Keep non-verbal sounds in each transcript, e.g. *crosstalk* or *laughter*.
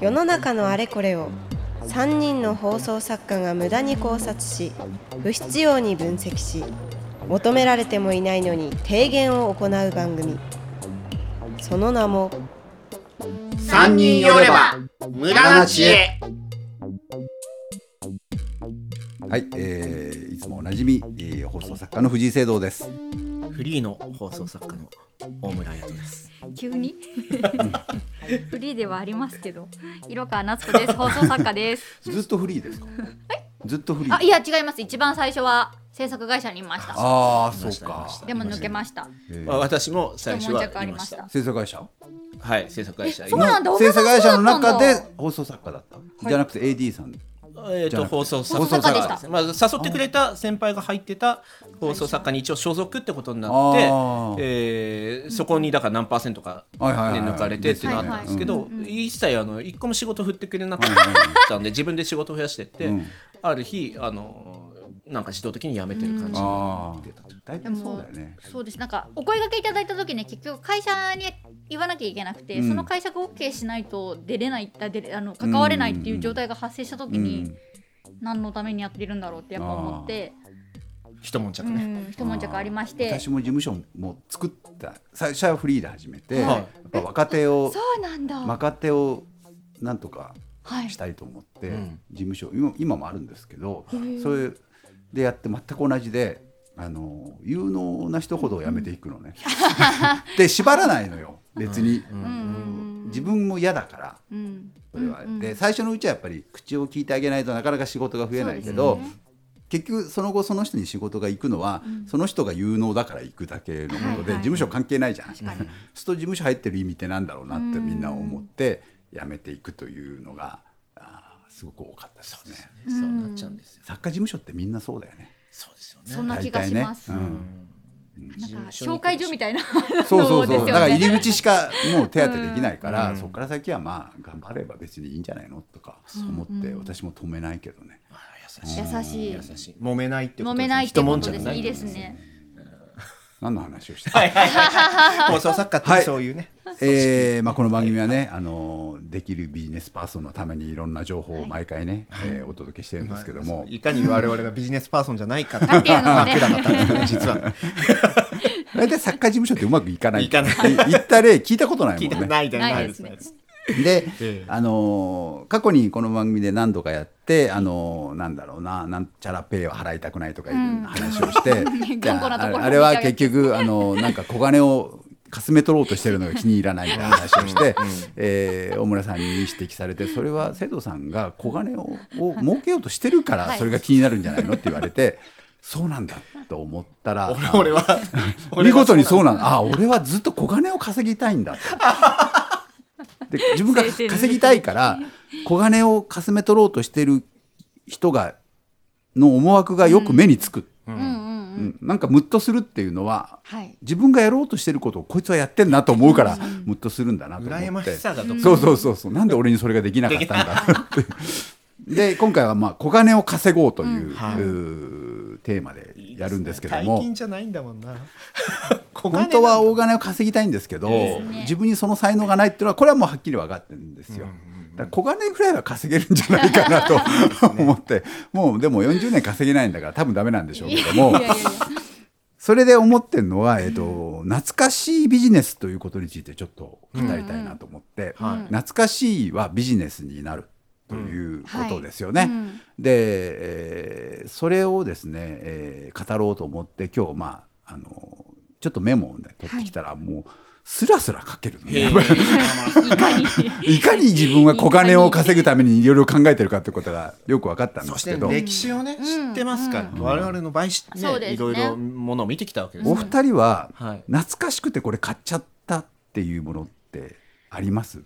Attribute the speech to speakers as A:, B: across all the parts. A: 世の中のあれこれを3人の放送作家が無駄に考察し不必要に分析し求められてもいないのに提言を行う番組その名も
B: 三人寄れば無駄な知恵
C: はい、えーいつもおなじみ、えー放送作家の藤井聖堂です。
B: フリーの放送作家の大村彩人です
D: 急にフリーではありますけど色川
C: *laughs*
D: 夏子です放送作家です
C: ずっとフリーですか。ずっとフリー。
D: あいや違います一番最初は制作会社にいました
C: ああ、
B: い
C: そ
B: ま
C: う
B: したい
C: か
B: まし。た
D: でも抜けました
C: え
B: まあ
C: ー
B: 私も
D: で
B: 最
D: も
B: 初
D: 悶
B: は
D: 着あ
B: い
D: り
B: ま
D: まし
B: した
D: た
C: 制作会社。
B: はい制作会社
D: そうなんだ
C: 制作会社の中
D: 大
C: で
D: 村さんそうだった
C: 放送作家だった。じゃなくて AD さん。
B: えー、
C: じゃな
B: と
C: くて
B: 放送作
C: 放送
B: 家
C: 作家
B: でした、まあ、誘ってくれた先輩が入ってた放送作家に一応所属ってことになって
C: あー、
B: えーそこにだから何パーセントか、ね
C: はいはいはい
B: 抜かれてっていうのがあったんですけど、
D: はいはいうんうん
B: 一切あの一個も仕事振ってくれなかっ
C: はいはい
B: たんで自分で仕事を増やしてって、
C: うん
B: ある日あのなんか自動的に辞めてる感じ、
C: ああ。大体そうだよね。
D: そうですなんかお声掛けいただいた時ね結局会社に言わなきゃいけなくて、
C: うん
D: その会社が OK しないと出れないあ出れあの関われないっていう状態が発生した時に、何のためにやってるんだろうってやっぱ思って
B: 一悶着
D: う
B: ね、
D: ん一悶着ありまして
C: 私も事務所も作った最初はフリーで始め
B: は
C: て、
B: い
C: やっぱ若手を
D: そうなんだ、
C: 若手をなんとか
D: はい
C: したいと思って、
B: うん
C: 事務所今今もあるんですけど、それでやって全く同じであの有能な人ほど辞めていくのね。で縛らないのよ別に、
B: うん
D: うん
C: 自分も嫌だから。
D: うん
C: それは、
D: うんうん
C: で最初のうちはやっぱり口を聞いてあげないとなかなか仕事が増えないけど、
D: そうですね
C: 結局その後その人に仕事が行くのは、
D: うん
C: その人が有能だから行くだけのことで、
D: はいはい
C: 事務所関係ないじゃん。
D: 確かに
C: そうすると事務所入ってる意味ってなんだろうなって
D: うん
C: みんな思って辞めていくというのがあーすごく多かったですよね。
B: そうなっちゃうんですよ、
C: 作家事務所ってみんなそうだよね。
B: そうですよね
D: そんな気がします、
C: 大体ね
D: なんか紹介所みたいな
C: そうそうそう。
D: そうですよね
C: だから入り口しかもう手当てできないから、
B: うん
C: そこから先はまあ頑張れば別にいいんじゃないのとか思って、私も止めないけどね。
B: あー優しい
D: 優しい
B: 優しい揉めないってこと
D: 揉めないってこと
B: 一悶
D: で
B: 着
D: す
B: ない
D: いですね
C: 何の話をしてた
B: はいはいはい放送作家ってそういうね、
C: *laughs* えーまあ、この番組はね、あのーできるビジネスパーソンのためにいろんな情報を毎回ね、えーお届けしてるんですけども、
B: いかに我々がビジネスパーソンじゃないかって
D: っていうのをね
B: 明らかだったんですけど実は
C: 大体作家事務所ってうまくいかない
B: いかない
C: い行った例聞いたことない
B: 聞い
C: も
B: た
C: んね。
B: ないじゃ
D: な
B: ない
D: い
B: で
D: ですす
B: ね
D: ね。
C: で、
B: ええ
C: あのー過去にこの番組で何度かやって、あのーなんだろうななんちゃらペイは払いたくないとかいう話をして、で
D: *laughs* 頑固なとこ
C: あ
D: ろ
C: あれは結局あのーなんか小金をかすめ取ろうとしてるのが気に入らないみたいな話をして、えー大村さんに指摘されてそれは瀬戸さんが小金をを儲けようとしてるから
D: はい
C: それが気になるんじゃないのって言われて。そうなんだと思ったら
B: 俺は *laughs*
C: 見事に
B: う
C: そうなの。あ、俺はずっと小金を稼ぎたいん *laughs* だと。で、自分が
D: 青春
C: 稼ぎたいから、小金をかすめ取ろうとしてる人が、の思惑がよく目につく。
D: うんうんう
C: うんんなんかムッとするっていうのは、
D: はい
C: 自分がやろうとしてることをこいつはやってんなと思うから、ムッとするんだなと思って。
B: 羨ましさがどこ
C: そうそうそうそう。なんで俺にそれができなかったんだろ
B: *laughs*
C: うって。で、今回はまあ、小金を稼ごうという、
B: んはいう
C: ーテーマでやるんですけども。
B: 大金じゃないんだもんな小金
C: 本当は大金を稼ぎたいんですけど、
D: すね
C: 自分にその才能がないっていうのはこれはもうはっきり分かってるんですよ。だから小金ぐらいは稼げるんじゃないかなと思って、もうでも40年稼げないんだから多分ダメなんでしょうけど
D: い
C: も
D: やいやいや
C: それで思ってるのは、えっと懐かしいビジネスということについてちょっと語りたいなと思って、
B: うんはい
C: 懐かしいはビジネスになるということですよね。
D: うんはいうん
C: で、えーそれをですね、えー語ろうと思って今日まああのちょっとメモを、ね、取ってきたら、もうスラスラ書けるのね。
D: いかに
C: *laughs* いかに自分は小金を稼ぐためにいろいろ考えてるかということがよく分かったんで
B: そし
C: す
B: て
C: けど。
B: 歴史をね知ってますから我々の倍し
D: そう
B: ねい
D: ですね
B: ろいろものを見てきたわけです
C: お二人は
B: はい
C: 懐かしくてこれ買っちゃったっていうものってあります、
B: フ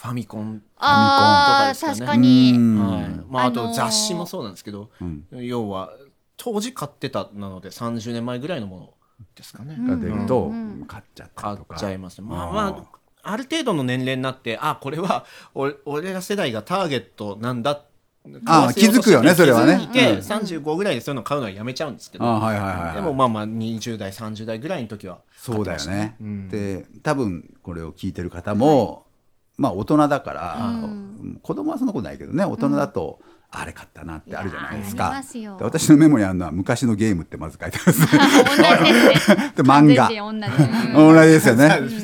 B: ァミコンファミコ
D: あー
B: ンと
D: 確
B: か
D: か
C: う
D: に
C: ん
B: はいまあ、あ
D: あの
B: と
D: ー
B: 雑誌もそうなんですけど、
C: ん
B: 要は当時買ってたなので30年前ぐらいのものですかね、
C: が出ると
D: うん
C: 買っちゃった
B: 買っ
C: とか。
B: ちゃいますねまあ
C: あー
B: まあある程度の年齢になってあこれは俺俺ら世代がターゲットなんだ
C: あー
B: 買わせようとして
C: 気づくよねそれはね
B: 気づいて
C: うん
B: 35ぐらいでそういうの買うのはやめちゃうんですけど、
C: あはいはいはいはい。
B: でもまあまあ20代30代ぐらいの時は
C: そうだよね。
B: うん
C: で多分これを聞いてる方も、まあ大人だから、
D: うん
C: うん子供はそんなことないけどね大人だと、あれ買ったなってあるじゃないです
D: いやーあ
C: か
D: りますよ
C: で私のメモにあるのは昔のゲームってまず書いてあるんです
D: *laughs* 同じですね。
C: で漫画
D: 全然同じです。
C: 同じですよ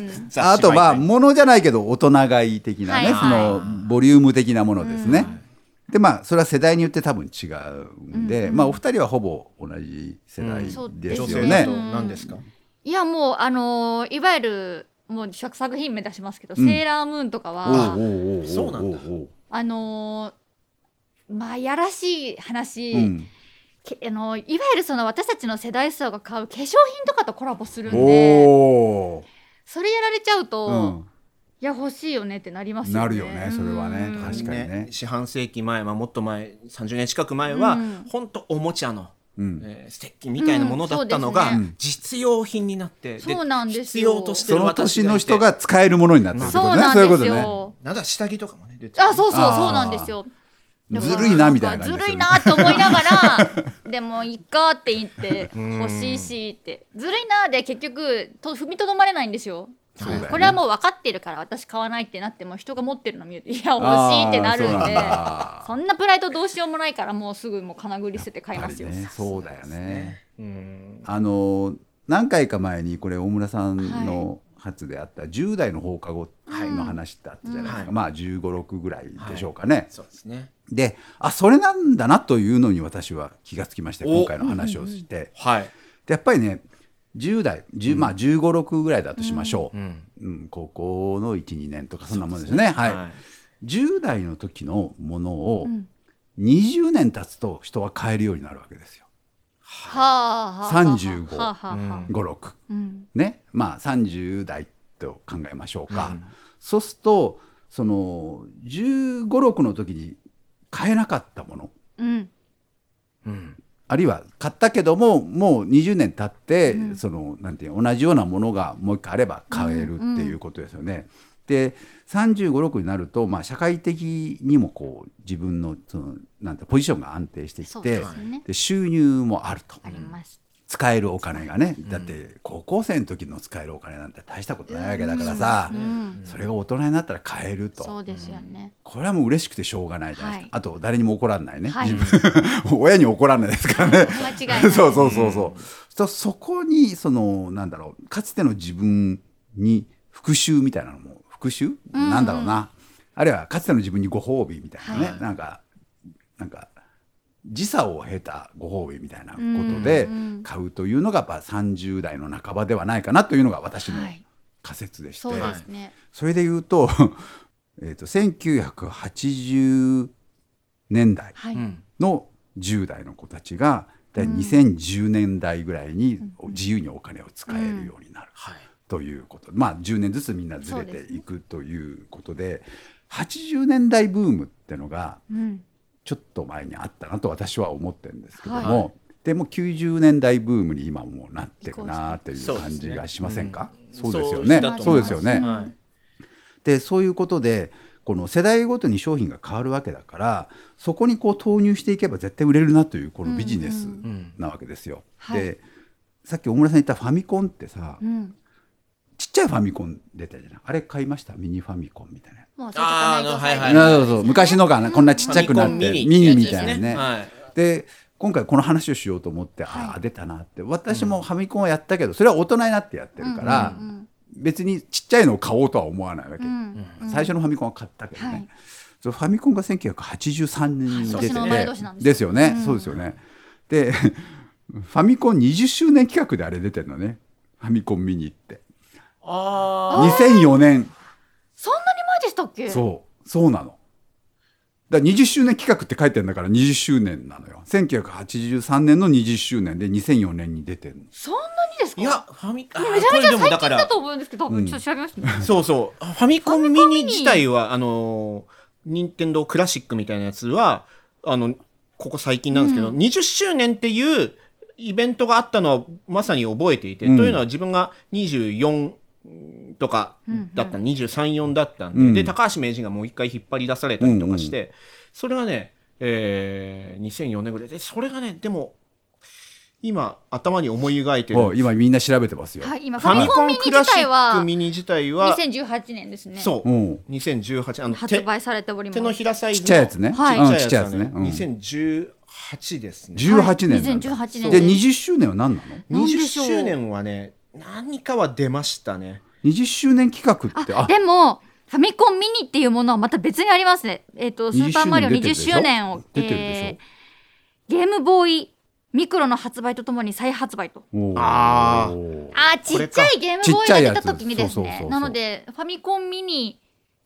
C: ね
D: *laughs*
B: 雑誌
C: あとは
B: 媒体
C: 物じゃないけど大人買い的なね、
D: はい
C: そのボリューム的なものですね。でまあそれは世代によって多分違うんで、まあお二人はほぼ同じ世代
B: うん
D: そう
C: で
D: ですす
C: よ
B: 女
D: ね
B: 性だ
C: ね
B: と。何ですか、
D: いやもうあのーいわゆるもう作作品目指しますけど、
C: うん
D: セーラームーンとか
C: おう
D: は
C: おうおうおう
B: そうなんだ
C: おう
D: あのーまあやらしい話、
C: おううん
D: けあのーいわゆるその私たちの世代層が買う化粧品とかとコラボするんで
C: おー
D: それやられちゃうと、
C: うん
D: いや欲しいよねってなりますよね。
C: なるよねそれはね
D: うん
C: 確かにね
B: 四半世紀前、まあ、もっと前30年近く前は
D: うん
B: 本当、おもちゃの、
C: うん
B: えー、ステッキみたいなものだったのが、
D: うんそう
C: ですね
B: 実用品になって
D: そうなんです
B: 必
D: よ
B: 要として
C: そ
B: る
C: の
B: 私がい
C: 年
B: て
C: の人が使えるものになってるってこ
D: そ
C: と
D: う
C: ね
D: なん
C: そういうこ
D: です
C: とね
D: よ。
B: なんだ下着とかもね出て
D: あ、そうそう、そう
C: あー
D: なんですよ。だから
C: ずるいなみたいな感じ
D: ん
C: で
D: か
C: す
D: ず
C: よ
D: るい
C: ね
D: なと思いなが
C: *laughs*
D: ら、でも、いっかって言って、
B: ん
D: 欲しいしって。ずるいなで、結局、と踏みとどまれないんですよ。
C: そうだよね
D: これはもう分かってるから、私買わないってなっても、人が持ってるの見ると、いや、欲しいってなるんで。
C: あー
D: そ
C: そうんなんだ
D: なプライドどうしようもないから、もうすぐもう金繰り捨てて買いますよ。
C: やっぱりねそうだよね。
B: うん
C: あの何回か前にこれ大村さんの初であった10代の放課後の話ってあったじゃないですか、
B: はい
C: まあ1 5六6ぐらいでしょうかね、
B: そうですね
C: であそれなんだなというのに私は気がつきまして
B: お
C: 今回の話をして、で
B: はい、
C: やっぱりね10代、10まあ、1 5六6ぐらいだとしましょう、
B: う
C: うん
B: ん
C: 高校の12年とかそんなもんですよねはい、10代の時のものを
D: ん
C: 20年経つと人は買えるようになるわけですよ
D: はあ、はあ。
C: 35
D: はあ、はあ、はあ。
C: 56。
D: うん。
C: ねまあ、30代と考えましょうか、そうするとその1 5六6の時に買えなかったもの
D: うん。
B: うん
C: あるいは買ったけどももう20年経って、そのなんていうの同じようなものがもう一回あれば買えるっていうことですよね。で3 5 6になると、まあ、社会的にもこう自分のそのなんてポジションが安定してき
D: そう
C: て
D: ですね。
C: で収入もあると
D: あります。
C: 使えるお金がねだって高校生の時の使えるお金なんて大したことないわけだからさ、
D: うん。
C: それが大人になったら買える
D: そ
C: と
D: うですよね。
C: これはもう嬉しくてしょうがないじゃないですか、
D: はい
C: あと誰にも怒らんないね、
D: はい
C: *laughs* 親に怒らんないですからね。
D: 間違いな
C: *laughs*
D: い。
C: そうそうそうそう。とそこにそのなんだろうかつての自分に復讐みたいなのも復讐、なんだろうなあるいはかつての自分にご褒美みたいなね、
D: はい
C: なんかなんか時差を経たご褒美みたいなことで買うというのがやっぱ30代の半ばではないかなというのが私の
D: はい
C: 仮説でして、
D: そうですね。
C: それで言うと *laughs* えーと1980年代
D: はい。
C: の10代の子たちが大体2010年代ぐらいに自由にお金を使えるようになる
B: はい
C: ということ、まあ10年ずつみんなずれていくということで80年代ブームってのが
D: うん。
C: ちょっと前にあったなと私は思ってるんですけども、
B: は
C: でも90年代ブームに今もうなってるなという
B: そうです
C: 感
B: ね
C: じがしませんか
B: うん
C: そうですよね
B: だと思います
C: そうですよね。
B: はい
C: でそういうことでこの世代ごとに商品が変わるわけだからそこにこう投入していけば絶対売れるなというこのビジネス
B: ん
C: なわけですよ。
D: はい
C: でさっき大村さん言ったファミコンってさ、
D: うん。
C: ちっちゃいファミコン出たじゃないあれ買いましたミニファミコンみたいな。
D: もう最初からないと最
B: あ
D: 後ま
B: ー
D: で。
C: なるほどそう昔のがなこんなちっちゃくなって
B: ファ
C: ミ
B: ミ
C: ニ
B: コンミニ
C: みたいなね。
B: はい
C: で今回この話をしようと思って、ああ出たなって私もファミコンはやったけどそれは大人になってやってるから、別にちっちゃいのを買おうとは思わないわけ、
D: うん。
C: 最初のファミコンは買ったけどね、
D: はい
C: そうファミコンが1983年に出てて、
D: 私の生まれ年なんです
C: ですよね、そうですよねで *laughs* ファミコン20周年企画であれ出てるのねファミコンミニって
B: あ
C: 2004年
D: そんなに前でしたっけう。
C: そうそうなのだから20周年企画って書いてるんだから20周年なのよ1983年の20周年で2004年に出てるの
D: そんなにです
B: ー
D: か
B: いやファミコン
D: めちゃめち
B: だ
D: ゃ最
B: か
D: 近だ
B: ら
D: と思うんですけど、多分ちょっと調べましたね。
B: そうそうファミコンミニ自体はあの任天堂クラシックみたいなやつはあのここ最近なんですけど、20周年っていうイベントがあったのはまさに覚えていて、
C: うん
B: というのは自分が24とかだった、234だったんで,、
C: うん
B: で高橋名人がもう一回引っ張り出されたりとかして、それがね、えー2004年ぐらいでそれがねでも今頭に思い描いて
C: お
B: る
C: 今みんな調べてますよ。
D: はい、今
B: フ
D: フ
B: ァ
D: ァミ
B: ミ
D: コ
B: コ
D: ンミ
B: ン
D: ニ
B: ク
D: 自
B: ラシ
D: 体
B: ック
D: は
B: ミニ自体は
D: 2018年ですね。
B: そう、
C: うん
B: 2018あの
D: 発
B: 手
D: 売されております。
B: 手のひらサイズ
C: ち
B: の
C: っちゃいやつね。
D: はい
C: う
B: ち
C: ん、ちっ
B: っ
C: ち
B: ち
C: ゃ
B: ゃ
C: い
B: い
C: や
B: や
C: つ
B: つね。。
C: ねうん
B: 2018ですね
C: 18年なんだ。
D: はい2018年
C: で20周年は何なの
D: なんで
B: 20
D: しょう
B: 周年はね何かは出ましたね
C: ?20 周年企画って、
D: あでもファミコンミニっていうものはまた別にありますね。えっ、と、スーパーマリオ20周年を、
C: 出てるでしょ
D: えーゲームボーイミクロの発売とともに再発売と。
C: おー
B: あ
D: あーちっちゃいゲームボーイが出た時にです
C: ちっちゃいやつそうそうそうそ
D: ね
C: う
D: なのでファミコンミニ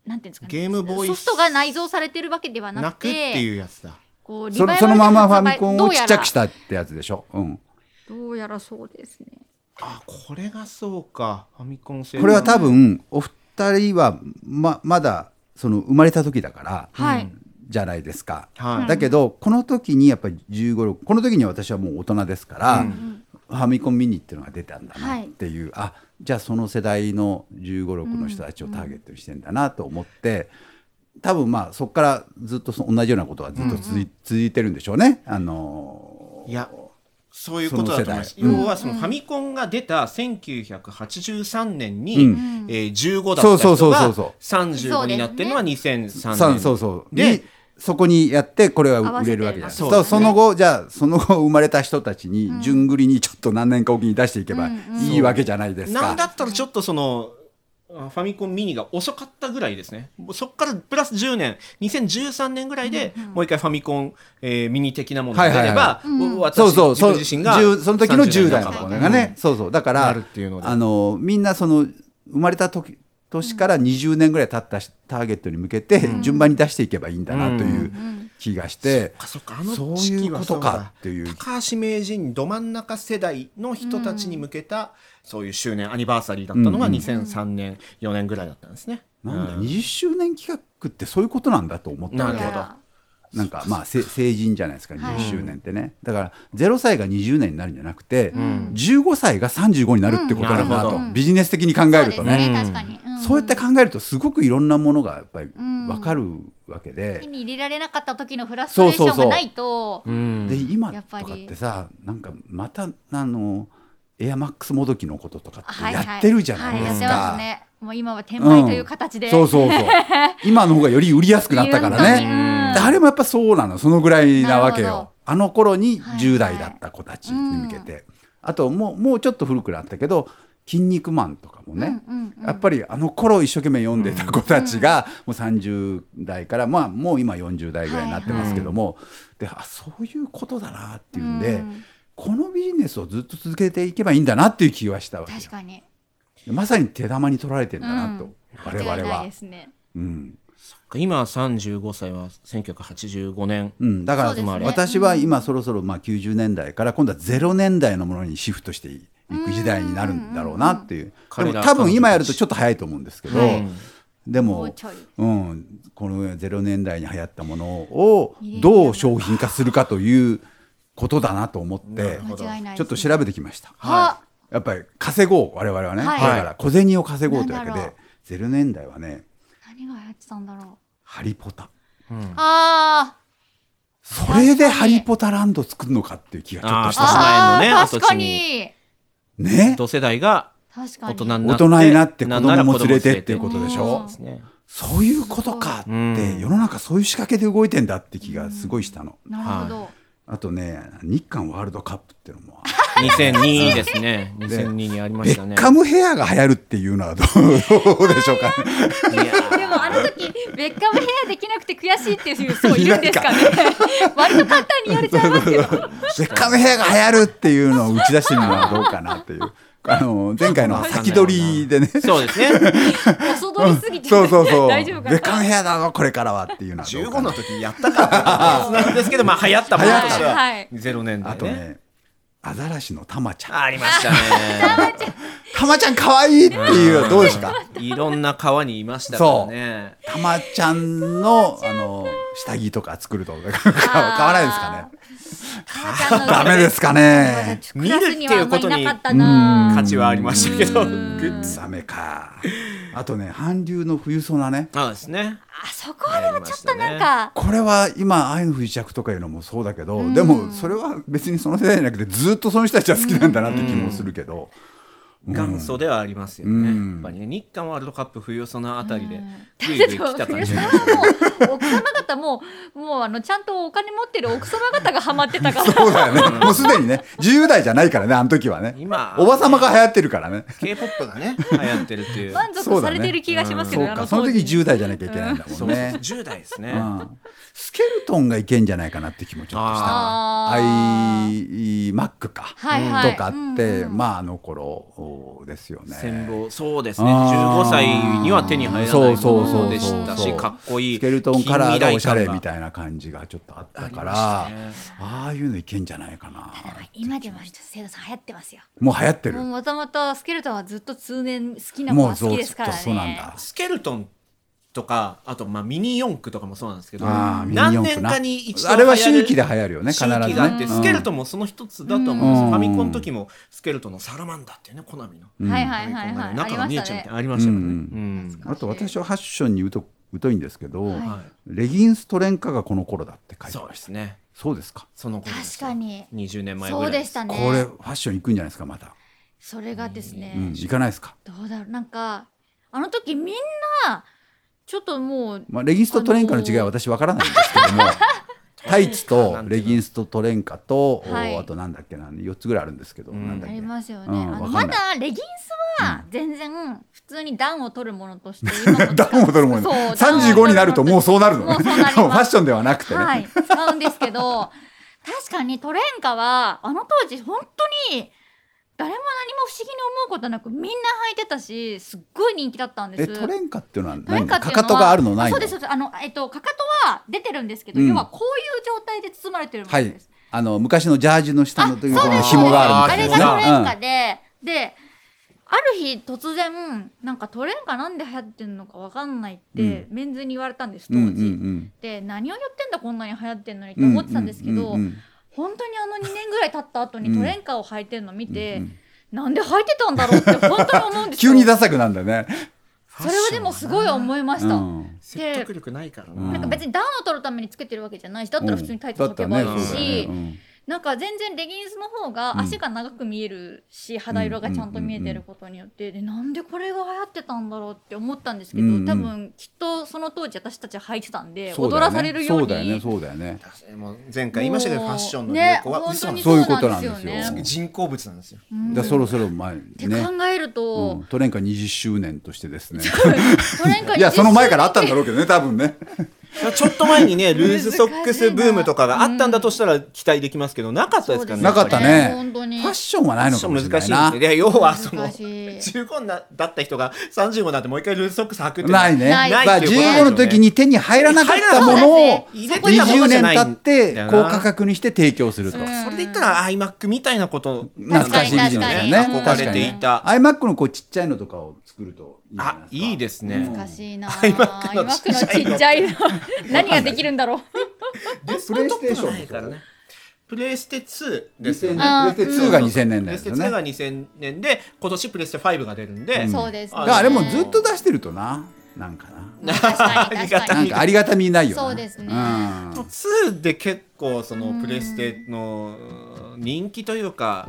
D: なんていうんですかね
B: ゲームボーイ
D: ソフトが内蔵されてるわけではな
B: 泣
D: く
B: くってていうやつだ
D: こうリ
C: そ
D: バ
C: の
D: イ
C: そ
D: バ
C: の
D: ル
C: ままファ
D: で発売
C: ミコンをちっちゃくしたってやつでしょ。うん。
D: どうやらどうやらそうですね
B: あこれがそうかファミコン製
C: これは多分、お二人はままだその生まれた時だから、
D: はい、
C: じゃないですか。
B: はい
C: だけど、この時にやっぱり15、6、この時に私はもう大人ですから、ファミコンミニっていうのが出たんだなっていう、あじゃあその世代の15、6の人たちをターゲットにしてんだなと思って、多分まあそこからずっとその同じようなことがずっと続い,、続いてるんでしょうね。あのー
B: いやそういうことだと思います
C: その世代
B: 要はそのファミコンが出た1983年に、
C: うん
B: えー15だ
C: そ
B: っ
C: うそ
B: た
C: うそ
B: 人が
C: うそう
B: 35
C: そ
B: になってるのは2003
C: さん
B: 年
C: そうそう
B: で
C: でそこにやってこれは
D: 合わ
C: 売
D: せ
C: れ
D: て
C: るわけじゃない
B: そう
C: そ
B: で
C: う
B: すね
C: その後じゃあその後生まれた人たちに順繰りにちょっと何年かおきに出していけばいいわけじゃないですか。
B: なんだったらちょっとそのあファミコンミニが遅かったぐらいですねもうそこからプラス10年2013年ぐらいでもう一回ファミコン、えーミニ的なものが出れば、お私
C: そうそうそう
B: 自分自身が
C: 10その時の10代の
B: 30
C: 子がね、そうそうだから
B: なるっていうので
C: あのみんなその生まれた時年から20年ぐらい経ったしターゲットに向けて順番に出していけばいいんだなという気がして、
B: あそっかあの
C: そう
B: 時
C: い
B: 期
C: う
B: は
C: こと
B: そう
C: か
B: だ
C: っていう
B: 高橋名人ど真ん中世代の人たちに向けた、そういう周年アニバーサリーだったのが2003年、4年ぐらいだったんですね。
C: なんだ
B: う
C: 20周年企画ってそういうことなんだと思った
B: な
C: わ
B: る
C: け
B: ほど
D: どうやら
C: なんかまあせ成人じゃないですか
D: はい
C: 20周年ってね、だから0歳が20年になるんじゃなくて、
B: ん
C: 15歳が35になるってことなんだと、
B: うん
C: ビジネス的に考
D: そ
C: え
D: う
C: る
D: です
C: と
D: ね
C: ね
D: 確かに、ん
C: そうやって考えるとすごくいろんなものがやっぱり分かるわけで
D: 手、に入れられなかった時のフラストレーションがないと
B: うん
C: で今
D: や
C: と
D: っぱ
C: か
D: り
C: ってさなんかまたあのエアマックスもどきのこととかって
D: はいはい
C: やってるじゃないです
D: はいやってま
C: か
D: す。ねもう今は転売という形で、
C: そうそう
D: *laughs*
C: そう今の方がより売りやすくなったから
D: 言うと
C: ね
D: ねうん
C: 誰もやっぱそうなのそのぐらいなわけ
D: なるほど
C: よあの頃に
D: はいはい
C: 10代だった子たちに向けて、あともうもうちょっと古くなったけど「筋肉マン」とかもね、
D: うんうんうん
C: やっぱりあの頃一生懸命読んでた子たちがもう30代から、まあ、もう今40代ぐらいになってますけども、であそういうことだなっていうんで、
D: うん
C: このビジネスをずっと続けていけばいいんだなっていう気はしたわけよ
D: 確かに
C: まさに手玉に取られてんだなと、
D: うん
C: 我々
D: 間違いない
C: は
D: で。すね
C: うん
B: 今35歳は1985年
C: うん、だから
D: そうですね
C: 私は今そろそろまあ90年代から今度は0年代のものにシフトしていく時代になるんだろうなっていうで
B: うんうんうん
C: も
B: うん
C: 多分今やるとちょっと早いと思うんですけど、
B: はい
C: で
D: もう
C: も
D: ちょい、
C: うん、この0年代に流行ったものをどう商品化するかということだなと思って
B: ほど
D: 間違いないですね
C: ちょっと調べてきました。
D: は
C: やっぱり稼ごう我々はね、
D: はい
C: だから小銭を稼ごうというわ
D: な
C: け
D: んだろ
C: で0年代はね
D: 何が流行ってたんだろ
C: 「ハリポタ」
D: うあ
C: それで「ハリポタランド」作るのかっていう気がちょっとし
D: ー
B: あ
C: た
B: ー
D: あ
B: 前のね
D: ー確か
B: 跡地
D: に
C: ね
B: 同世代が
D: 確か
B: 大
D: に
B: 人になって
C: 大人になって子
B: んな
C: 供
B: ら
C: も連れてっていうこと
B: 子供
C: でし
B: 連れて
C: ょ
B: ですね
C: そういうことかって
B: うん
C: 世の中そういう仕掛けで動いてんだって気がすごいしたの
D: なるほど、
C: あとね日韓ワールドカップっていうのも
B: 2002ですね2002にありま
C: ベ
B: したね
C: ッカムヘアが流行るっていうのはどうどうでしょうかね
B: いやー
D: でもあの時ベッカムヘアできなくて悔しいっていう人いるんで
C: *laughs*
D: すかね割と簡単に言われちゃいますけど
C: ベッカムヘアが流行るっていうのを打ち出してみるのはどうかなっていうあの前回の先取りでね
B: そうですね
D: 遅取りすぎて、
C: そうそうそう
D: 大
C: ベ
D: 丈夫かな
C: ッカムヘアだぞこれからはっていうのはどうか
B: 15
C: な
B: の時やったかってなんですけど、まあ流行ったものとしては、
D: はいはい
B: ゼロ年代、ね、
C: あとねアザラシのたまちゃん
B: ありましたね。
C: たまちゃん可愛いっていうどうですか
B: うんいろんな川にいましたからね。
C: たまちゃんのあの下着とか作るとか買わ買わないですかね。
D: 母ちゃんの
C: *laughs* ダメですか
D: まだ
C: ね
D: ちょクラスにはあんまりなかった
C: 見る
D: な
B: 価値
C: っていうことに
B: はありましたけど、
D: う
B: グ
D: ん
B: ッズ。
C: ダメかあとね韓流の冬ソナね
B: そうですね。
D: あそこでもちょっとなんか、
C: これは今愛の不時着とかいうのもそうだけど、
D: ん
C: でもそれは別にその世代じゃなくてずっとその人たちは好きなんだなって気もするけど、
B: 元祖ではありますよ
C: う
B: ね。
C: ん
B: やっぱりね、日韓ワールドカップ冬そのあたりで、ぐい
D: ち
B: ぐい
D: ょっ
B: 来
D: と
B: た
D: 冬
B: 感
D: 様
B: じ。
C: *laughs*
D: はもう奥様方ももうあのちゃんとお金持ってる奥様方がハマってたから
C: *laughs* そうだよねもうすでにね10代じゃないからねあの時はね
B: 今
C: おばさまが流行ってるからね
B: K-POP がね、流行ってるっていう。
D: 満足されてる気がしますけ
C: そ
D: ど、
C: う
D: ねあ
C: かそ
D: 当
C: の時10代じゃなきゃいけないんだもんね
B: 10代ですね
C: う。んスケルトンがいけんじゃないかなって気もちょっとした
D: あ
C: アイ
D: ー
C: マックか、
D: はいはい
C: とかって、
D: うんうん
C: まああの頃ですよね
B: 戦望そうですね
C: あー
B: 15歳には手に入らない
C: そう
D: そうそう
B: も
D: そう
B: のでしたしかっこいい
C: スケルトンカラーがおしゃれみ
B: い
C: たいな感じがちょっとあったから
B: あ
C: あ,、
B: りま
C: あいうのいけんじゃないかな
D: 今でもちょっとセイドさん流行ってますよ
C: もう流行って
D: もう
C: る
D: もともとスケルトンはずっと通年好きな子
C: もう
D: は
C: ずっ
D: 好き
C: と
D: ですからね
C: そうなんだ
B: スケルトンとかあとまあミニ四駆とかもそうなんですけど
C: あーミニ
B: 何
C: 四
B: 年
C: 駆な
B: かに一度
C: あれは周期で流
B: る
C: 行るよね
B: 周
C: 必ずね
B: 期があってスケルト
C: ン、
B: ンもその一つだと思うんです
C: うん
B: ファミコンの時もスケルトンのサラマンダーっていうねコナミの
C: うん
D: はいはいはいはいあ
B: 中
D: り
B: が
D: ま
B: 見え
D: し
B: ちゃ
D: た
B: うみ
D: ね
B: たいなありましたよね
C: う
B: うん
C: あと私はファッションに疎疎いんですけど、
D: はい
B: は
C: レギンストレンカがこの頃だって書
B: い
C: いて
B: そ
C: ま
B: うで
C: した
B: すね
C: そうですか、
B: その頃で
D: 確
B: す
D: かに
B: 20年前ぐらい
D: そうでしたね
C: これファッション行くんじゃないですかまた、
D: それがですね、
C: うん、行かないですか、
D: どうだろうなんかあの時みんなちょっともう
C: まあ、レギンスとトレンカの違いは私わからないんですけど
D: *laughs*
C: もタイツとレギンスとトレンカと、
D: はい
C: おあとなんだっけな4つぐらいあるんですけど、
B: うん
C: なんだ
D: あ
C: っけ
D: りますよね、
C: うん
D: あの
C: わか
D: ま
C: んない
D: だレギンスは全然普通に暖を取るものとして今
C: *laughs*
D: も
C: 暖を取るも
D: そ
C: の
D: う
C: 35になるともうそうなるのね
D: もうそう
C: フ
D: なります
C: ァッションではなくてね、
D: はい使うんですけど確かにトレンカはあの当時本当に誰も何も不思議に思うことなくみんな履いてたしすっごい人気だったんで
C: え
D: す
C: トレンカっていうのは
D: トレ
C: 何
D: ンカっ
C: か
D: ていう
C: か
D: のは
C: とがあるのないの
D: そうですそうですあの、えっと、かかとは出てるんですけど、
C: うん
D: 要はこういう状態で包まれてるもの
C: は
D: です、
C: いあの昔のジャージの下のというこの紐が
B: が
C: あ
B: あ
C: る
B: る
C: み
B: み
C: た
B: たい
C: い
D: あれ
B: な
D: が
C: な
D: ト
C: ね
D: レンカで、で、ある日突然、なんかトレンカなんで流行ってんのかわかんないって、メンズに言われたんです、当
C: う
D: 時。
C: んうんうん
D: で、何を言ってんだこんなに流行ってんのにって
C: うん
D: 思ってたんですけど、
C: うんうんうん
D: 本当にあの2年ぐらい経った後にトレンカを履いてるの見て、
C: うんうん
D: なんで履いてたんだろうって本当に思うんです
C: *laughs*
D: よ。
C: 急にダサくなんだね、
B: ファ
D: そ
B: ッシ
D: れ
B: ョン
D: はでもすごい思いました。
C: うん
B: 説得力ないから
C: うん
D: なん
B: な
D: か別にダウンを取るためにつけてるわけじゃないし、だったら普通にタイツ履けばい
C: だっ
D: い
C: たらねそうだ
D: し、
C: よね
D: なんか全然レギンスの方
C: うん
D: が足が長く見えるし、肌色がちゃんと見えてることによって、でなんでこれが流行ってたんだろうって思ったんですけど、
C: うんうん
D: 多分きっとその当時私たちは履いてたんで、
C: うんそうだよ
D: 踊
C: ね
D: らされるよう
C: そ
D: に
C: うだよねそうだよね
B: でもう前回言いましたけど
D: も
B: フ
D: う
B: ァッションの流
D: ね
B: 行は嘘なんで
D: 本当に
B: す
C: そ
D: そうう
C: い
D: いうう
C: こ
D: ことと
C: な
D: なんん
C: で
D: です
C: よ
D: すよね
C: うん
B: 人工物なんですよ。
D: うん
C: だからそろそろ前
D: って
C: にね
D: 考えると、
C: うん、トレンカ20周年としてですね
D: トレンカ
C: いやその前かららあったんだろうけどね多分ね
B: ちょっと前に
C: *laughs*
B: ね、ルーズソックスブームとかがあったんだとしたら期待できますけど、なかったですからね。
C: なかったね
D: 本当に
C: ファッションはない
B: ファ
C: の
B: ッショ
C: か
B: ン
C: も
B: 難
C: し
B: しい
C: れ
B: ん
C: な
B: です
C: いな
B: ね。で要はその、
D: 難しい
B: 15なだった人が35になってもう一回ルーズソックス履くっていうのは
C: ないね。
D: ない
C: だから
B: っていうことなんです
C: 15
B: よね
C: の時に手に入らなかったものを
B: 入れてたも
C: 20
B: のじゃ
C: 年
B: ない
C: 経って
B: だよ
C: 高
B: な
C: 価格にして提供すると。
D: うん
B: それで言ったら iMac みたいなこと
C: 懐かしいビジネスだよね。
B: 確かに憧れていた
C: 確かに iMac のこうちっちゃいのとかを作るといいんじゃな
B: あいい
C: で
B: ですね、
D: 難しいな
B: アイマックの
D: アイマックのちっちゃいの何ができるんだろう
C: すか。プレイステーション
B: ないからねプレイステ2ですよ
C: 2000
B: ね
C: 年。プレイステ2が
B: プレ
C: 2000年代で
B: ステ
C: す
B: 2が2000
C: よね。だか
B: 年で今年プレステ5が出るんで、
C: ん
D: そうですね
C: らあれもずっと出してるとな、なんかな。
D: 確かに確かに
C: なんかありがたみないよな。
D: そうですね
C: ん
B: 2で結構そのプレステの人気というか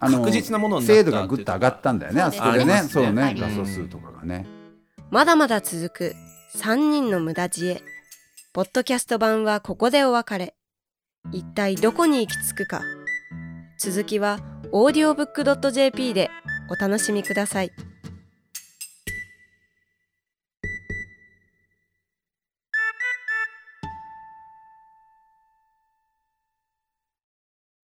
C: あの
B: 確実なものになった
C: 精度がぐっと上がったんだよね、
D: そ
C: あ
D: うです
C: そ
D: ね
C: こで
B: あ
C: ね。
B: りますね
C: そうね、画
D: あり
C: 素
B: ます
C: 数とかがね。
A: まだまだ続く3人の無駄知恵。ポッドキャスト版はここでお別れ。一体どこに行き着くか。続きは audiobook.jp でお楽しみください。